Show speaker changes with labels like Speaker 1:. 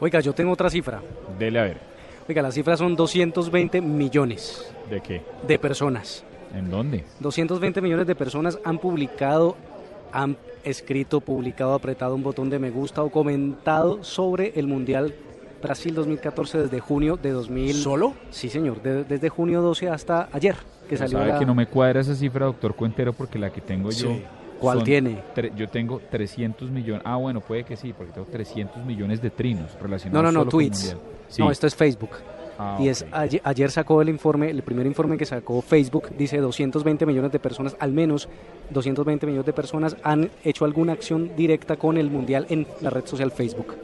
Speaker 1: Oiga, yo tengo otra cifra.
Speaker 2: Dele a ver,
Speaker 1: Oiga, las cifras son 220 millones
Speaker 2: ¿de qué?
Speaker 1: de personas.
Speaker 2: ¿En dónde?
Speaker 1: 220 millones de personas han publicado, han escrito, publicado, apretado un botón de me gusta o comentado sobre el Mundial Brasil 2014 desde junio de 2000.
Speaker 3: ¿Solo?
Speaker 1: Sí, señor, de- desde junio 12 hasta ayer que
Speaker 2: Pero
Speaker 1: salió
Speaker 2: sabe
Speaker 1: la-
Speaker 2: que no me cuadra esa cifra, doctor Cuentero, porque la que tengo yo.
Speaker 3: Sí.
Speaker 1: ¿Cuál
Speaker 2: son
Speaker 1: tiene?
Speaker 2: tre- yo tengo 300 millones. Ah, bueno, puede que sí, porque tengo 300 millones de trinos
Speaker 1: No, no,
Speaker 2: relacionados
Speaker 1: no,
Speaker 2: solo con
Speaker 1: tweets.
Speaker 2: Mundial. Sí.
Speaker 1: No, esto es Facebook.
Speaker 2: Ah,
Speaker 1: Y es
Speaker 2: ok.
Speaker 1: ayer, ayer sacó el informe, el primer informe que sacó Facebook, dice 220 millones de personas, al menos 220 millones de personas han hecho alguna acción directa con el mundial en la red social Facebook.